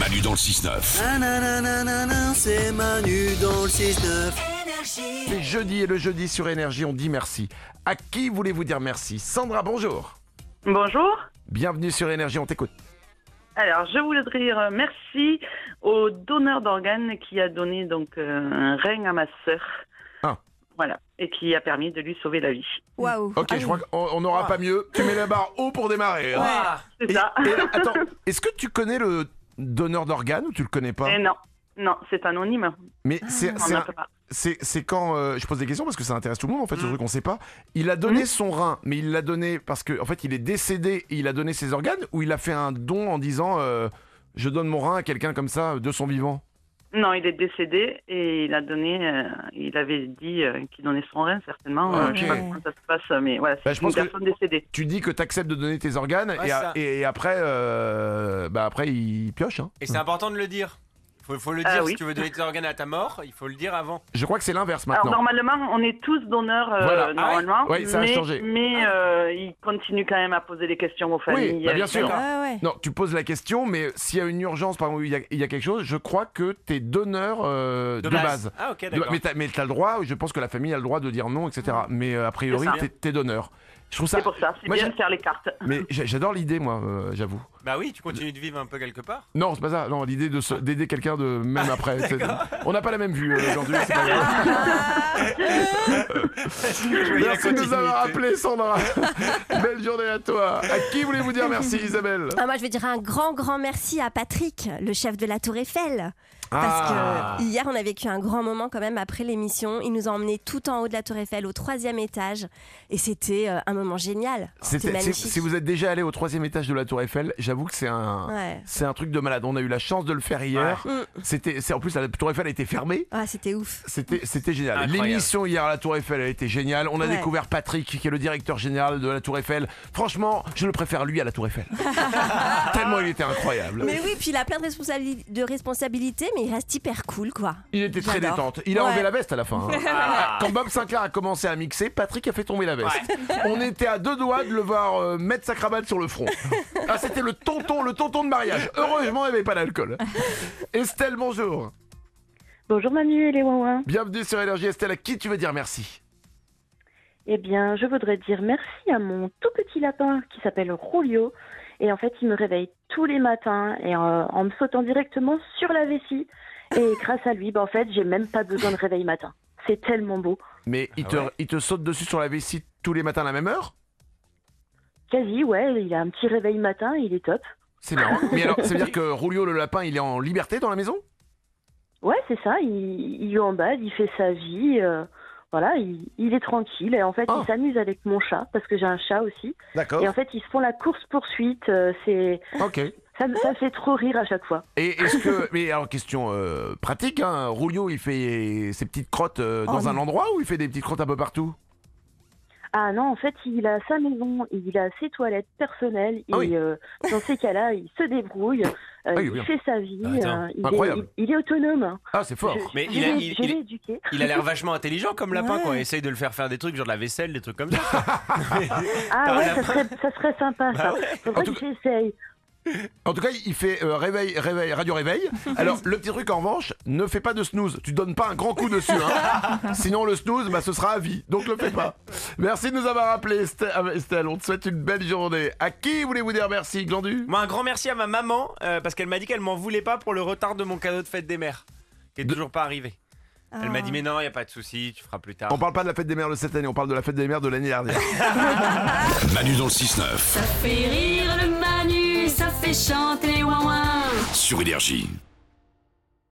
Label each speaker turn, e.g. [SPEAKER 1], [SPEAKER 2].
[SPEAKER 1] Manu dans le 6-9.
[SPEAKER 2] Nananana, c'est Manu dans le 6-9.
[SPEAKER 3] C'est jeudi et le jeudi sur Énergie, on dit merci. À qui voulez-vous dire merci Sandra, bonjour.
[SPEAKER 4] Bonjour.
[SPEAKER 3] Bienvenue sur Énergie, on t'écoute.
[SPEAKER 4] Alors, je voudrais dire euh, merci au donneur d'organes qui a donné donc euh, un rein à ma sœur.
[SPEAKER 3] Ah.
[SPEAKER 4] Voilà. Et qui a permis de lui sauver la vie.
[SPEAKER 5] Waouh. Ah
[SPEAKER 3] Ok,
[SPEAKER 4] Ah
[SPEAKER 3] je crois qu'on on n'aura pas mieux. Tu mets la barre haut pour démarrer. hein.
[SPEAKER 4] C'est
[SPEAKER 3] Et-
[SPEAKER 4] ça.
[SPEAKER 3] et là, attends, est-ce que tu connais le donneur d'organes ou tu le connais pas
[SPEAKER 4] Et non. Non, c'est anonyme.
[SPEAKER 3] Mais c'est-
[SPEAKER 4] On
[SPEAKER 3] Ah, c'est
[SPEAKER 4] n'en
[SPEAKER 3] un-
[SPEAKER 4] peut pas. Mm.
[SPEAKER 3] c'est c'est quand euh, je pose des questions parce que ça intéresse tout le monde en fait ce truc on sait pas. Il a donné son rein, mais il l'a donné parce que en fait il est décédé et il a donné ses organes ou il a fait un don en disant euh, je donne mon rein à quelqu'un comme ça euh, de son vivant.
[SPEAKER 4] Non, il est décédé et il a donné. euh, il avait dit euh, qu'il donnait son rein, certainement.
[SPEAKER 3] Ah,
[SPEAKER 4] Euh, Je sais pas
[SPEAKER 3] ok.
[SPEAKER 4] comment ça se passe, mais voilà, c'est
[SPEAKER 3] Bah, je
[SPEAKER 4] une
[SPEAKER 3] pense que-
[SPEAKER 4] personne décédée.
[SPEAKER 3] Tu dis que tu acceptes de donner tes organes
[SPEAKER 6] Ouais,
[SPEAKER 3] et, a-
[SPEAKER 6] ça.
[SPEAKER 3] et, et après euh, bah après il pioche. hein.
[SPEAKER 6] Et c'est important de le dire. Faut, faut le
[SPEAKER 4] Ah
[SPEAKER 6] dire
[SPEAKER 4] oui.
[SPEAKER 6] si tu veux donner tes organes à ta mort, il faut le dire avant.
[SPEAKER 3] Je crois que c'est l'inverse
[SPEAKER 4] Alors,
[SPEAKER 3] maintenant.
[SPEAKER 4] normalement, on est tous donneurs, euh,
[SPEAKER 3] Voilà. Ah ouais
[SPEAKER 4] normalement.
[SPEAKER 3] Ouais, ça a
[SPEAKER 4] mais
[SPEAKER 3] changé.
[SPEAKER 4] mais euh, il continue quand même à poser des questions aux
[SPEAKER 3] Oui,
[SPEAKER 4] familles.
[SPEAKER 3] bah, bien sûr.
[SPEAKER 6] D'accord.
[SPEAKER 5] Ah ouais.
[SPEAKER 3] Non, tu poses la question, mais s'il y a une urgence, par exemple, il y a, il y a quelque chose, je crois que t'es donneur euh, de, base.
[SPEAKER 6] Ah ok
[SPEAKER 3] De-
[SPEAKER 6] d'accord.
[SPEAKER 3] mais t'as mais t'as le droit, je pense que la famille a le droit de dire non, etc. Mais euh, a priori,
[SPEAKER 4] C'est ça.
[SPEAKER 3] t'es- t'es donneur. Je trouve ça.
[SPEAKER 4] C'est pour ça, c'est
[SPEAKER 3] Moi,
[SPEAKER 4] bien
[SPEAKER 3] j'ai-
[SPEAKER 4] de faire les cartes.
[SPEAKER 3] Mais j'a- j'adore l'idée, moi, euh, j'avoue.
[SPEAKER 6] Bah oui, tu continues de vivre un peu quelque part.
[SPEAKER 3] Non, c'est pas ça. Non, l'idée de se- d'aider quelqu'un de même après. c'est- On n'a pas la même vue euh, aujourd'hui. c'est pas grave. Ah.
[SPEAKER 5] Ah,
[SPEAKER 6] Je voyais la
[SPEAKER 3] Merci de nous avoir
[SPEAKER 6] continuité.
[SPEAKER 3] appelés, Sandra. Belle journée à toi. À qui voulez-vous dire merci, Isabelle
[SPEAKER 5] Ah, moi, je vais dire un grand, grand merci à Patrick, le chef de la Tour Eiffel. Parce
[SPEAKER 3] Ah.
[SPEAKER 5] que hier, on a vécu un grand moment quand même après l'émission. Il nous a emmenés tout en haut de la Tour Eiffel, au troisième étage. Et c'était euh, un moment génial. C'était
[SPEAKER 3] C'était- Si,
[SPEAKER 5] magnifique.
[SPEAKER 3] si vous êtes déjà allé au troisième étage de la Tour Eiffel, j'avoue que c'est un,
[SPEAKER 5] Ouais. Mm.
[SPEAKER 3] c'est un truc de malade. On a eu la chance de le faire hier. C'était, c'est en plus la Tour Eiffel a été fermée.
[SPEAKER 5] Ah, c'était ouf.
[SPEAKER 3] C'était, c'était génial.
[SPEAKER 6] Incroyable.
[SPEAKER 3] L'émission hier à la Tour Eiffel, elle était géniale. On a
[SPEAKER 5] Ouais.
[SPEAKER 3] découvert Patrick, qui est le directeur général de la Tour Eiffel. Franchement, je le préfère lui à la Tour Eiffel. Tellement il était incroyable.
[SPEAKER 5] Mais oui, puis il a plein de, responsabili- de responsabilités, mais il reste hyper cool, quoi.
[SPEAKER 3] Il était très
[SPEAKER 5] J'adore.
[SPEAKER 3] détente. Il a
[SPEAKER 5] Ouais.
[SPEAKER 3] enlevé la veste à la fin. hein.
[SPEAKER 6] Ah.
[SPEAKER 3] Quand Bob Sinclair a commencé à mixer, Patrick a fait tomber la veste. On était à deux doigts de le voir euh, mettre sa cravate sur le front. Ah, c'était le tonton, le tonton de mariage. Heureusement, il n'y avait pas d'alcool. Estelle, bonjour.
[SPEAKER 7] Bonjour Manu et les Wawa.
[SPEAKER 3] Bienvenue sur Énergie Estelle. À qui tu veux dire merci
[SPEAKER 7] Eh bien, je voudrais dire merci à mon tout petit lapin qui s'appelle Rulio. Et en fait, il me réveille tous les matins et euh, en me sautant directement sur la vessie. Et grâce à lui, bah, en fait, j'ai même pas besoin de réveil matin. C'est tellement beau.
[SPEAKER 3] Mais il,
[SPEAKER 6] Ah
[SPEAKER 3] te,
[SPEAKER 6] ouais.
[SPEAKER 3] il te saute dessus sur la vessie tous les matins à la même heure
[SPEAKER 7] Quasi, ouais, il a un petit réveil matin, il est top.
[SPEAKER 3] C'est marrant. Mais alors, ça veut dire que Rulio le lapin, il est en liberté dans la maison
[SPEAKER 7] Ouais, c'est ça, il, il gambade, il fait sa vie. euh, voilà, il, il est tranquille. Et en fait,
[SPEAKER 3] Oh.
[SPEAKER 7] il s'amuse avec mon chat parce que j'ai un chat aussi.
[SPEAKER 3] D'accord.
[SPEAKER 7] Et en fait, ils se font la course-poursuite. euh, c'est
[SPEAKER 3] Ok.
[SPEAKER 7] ça, me- ça me fait trop rire à chaque fois.
[SPEAKER 3] Et est-ce que. Mais alors, question euh, pratique, hein, Rulio, il fait ses petites crottes euh, dans
[SPEAKER 5] Oh,
[SPEAKER 3] un
[SPEAKER 5] non.
[SPEAKER 3] endroit ou il fait des petites crottes un peu partout
[SPEAKER 7] Ah non, en fait, il a sa maison, il a ses toilettes personnelles,
[SPEAKER 3] Ah oui.
[SPEAKER 7] et euh, dans ces cas-là, il se débrouille, euh,
[SPEAKER 3] oui,
[SPEAKER 7] il
[SPEAKER 3] bien.
[SPEAKER 7] fait sa vie,
[SPEAKER 6] Ah, attends,
[SPEAKER 7] euh, il, est,
[SPEAKER 3] incroyable.
[SPEAKER 7] il- il est autonome. hein.
[SPEAKER 3] Ah, c'est fort.
[SPEAKER 7] Je-
[SPEAKER 6] Mais
[SPEAKER 7] je
[SPEAKER 6] il a-
[SPEAKER 7] l'ai-
[SPEAKER 6] il-
[SPEAKER 7] je
[SPEAKER 6] il-
[SPEAKER 7] l'ai éduqué.
[SPEAKER 6] Il a l'air vachement intelligent comme lapin
[SPEAKER 5] Ouais.
[SPEAKER 6] quand on essaye de le faire faire des trucs, genre de la vaisselle, des trucs comme ça.
[SPEAKER 7] Ah
[SPEAKER 6] T'as
[SPEAKER 7] ouais,
[SPEAKER 6] un
[SPEAKER 7] ça serait, ça serait sympa, ça.
[SPEAKER 6] Bah ouais.
[SPEAKER 7] Faudrait
[SPEAKER 3] En tout-
[SPEAKER 7] que j'essaye.
[SPEAKER 3] En tout cas, il fait euh, réveil, réveil, radio réveil. Alors, le petit truc en revanche, ne fais pas de snooze. Tu donnes pas un grand coup dessus. hein. Sinon, le snooze, bah, ce sera à vie. Donc, le fais pas. Merci de nous avoir appelés, Estelle. Ah, Estelle, On te souhaite une belle journée. À qui voulez-vous dire merci, Glandu
[SPEAKER 6] Moi, un grand merci à ma maman euh, parce qu'elle m'a dit qu'elle m'en voulait pas pour le retard de mon cadeau de fête des mères, qui est toujours pas arrivé. Elle
[SPEAKER 4] Ah.
[SPEAKER 6] m'a dit mais non, y a pas de souci, tu feras plus tard.
[SPEAKER 3] On parle pas de la fête des mères de cette année, on parle de la fête des mères de l'année dernière.
[SPEAKER 1] Manu dans le 6-9.
[SPEAKER 8] Ça fait rire le Manu, ça fait chanter les ouin
[SPEAKER 1] Sur Énergie.